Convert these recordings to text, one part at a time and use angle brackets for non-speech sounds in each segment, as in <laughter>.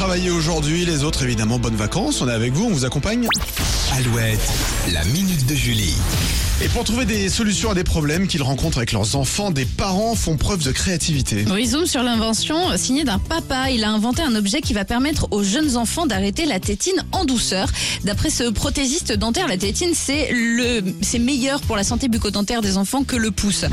travaillez aujourd'hui, les autres évidemment bonnes vacances. On est avec vous, on vous accompagne. Alouette, la minute de Julie. Et pour trouver des solutions à des problèmes qu'ils rencontrent avec leurs enfants, des parents font preuve de créativité. Brizoum sur l'invention signée d'un papa. Il a inventé un objet qui va permettre aux jeunes enfants d'arrêter la tétine en douceur. D'après ce prothésiste dentaire, la tétine c'est le c'est meilleur pour la santé bucco-dentaire des enfants que le pouce.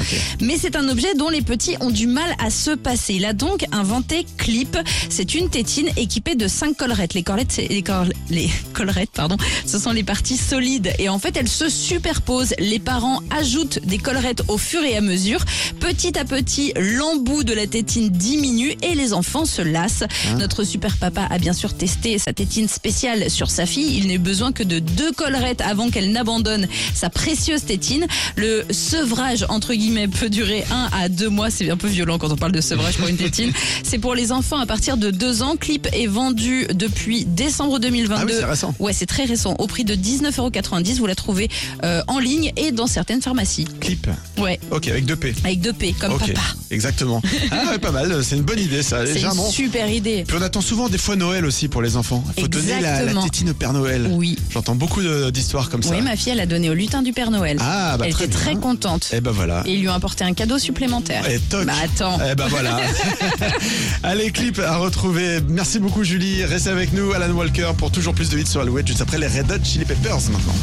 Mais c'est un objet dont les petits ont du mal à se passer. Il a donc inventé Clip. C'est une tétine équipée de cinq collerettes. Les collerettes, c'est- les, cor- les collerettes, pardon, ce sont les parties solides et en fait elles se superposent. Les parents ajoutent des collerettes au fur et à mesure. Petit à petit, l'embout de la tétine diminue et les enfants se lassent. Hein Notre super papa a bien sûr testé sa tétine spéciale sur sa fille. Il n'est besoin que de deux collerettes avant qu'elle n'abandonne sa précieuse tétine. Le sevrage, entre guillemets, peut durer un à deux mois. C'est un peu violent quand on parle de sevrage pour <laughs> une tétine. C'est pour les enfants à partir de deux ans. Clip est vendu depuis décembre 2022. Ah oui, c'est récent. Ouais, c'est très récent. Au prix de 19,90€, vous la trouvez euh, en ligne et dans certaines pharmacies. Clip. Ouais, Ok, avec deux P. avec deux P, comme ok, papa. exactement. Ah ouais, pas mal, c'est une bonne idée ça, C'est une légèrement. super <laughs> idée. Puis on attend souvent des fois Noël aussi pour les enfants. Il faut donner la- la, Exactement. tétine au Père Noël. Oui. J'entends beaucoup de- d'histoires comme ça. Oui, ma fille, elle a donné au lutin du Père Noël. Ah, bah elle très était très bien. contente. Eh ben voilà. Et ils lui ont apporté un cadeau supplémentaire. Et toc. Bah attends. Eh ben <laughs> voilà. Allez, clip à retrouver. Merci beaucoup, Julie. Restez avec nous, Alan Walker, pour toujours plus de hits sur Alouette, juste après les Red Hot Chili Peppers maintenant.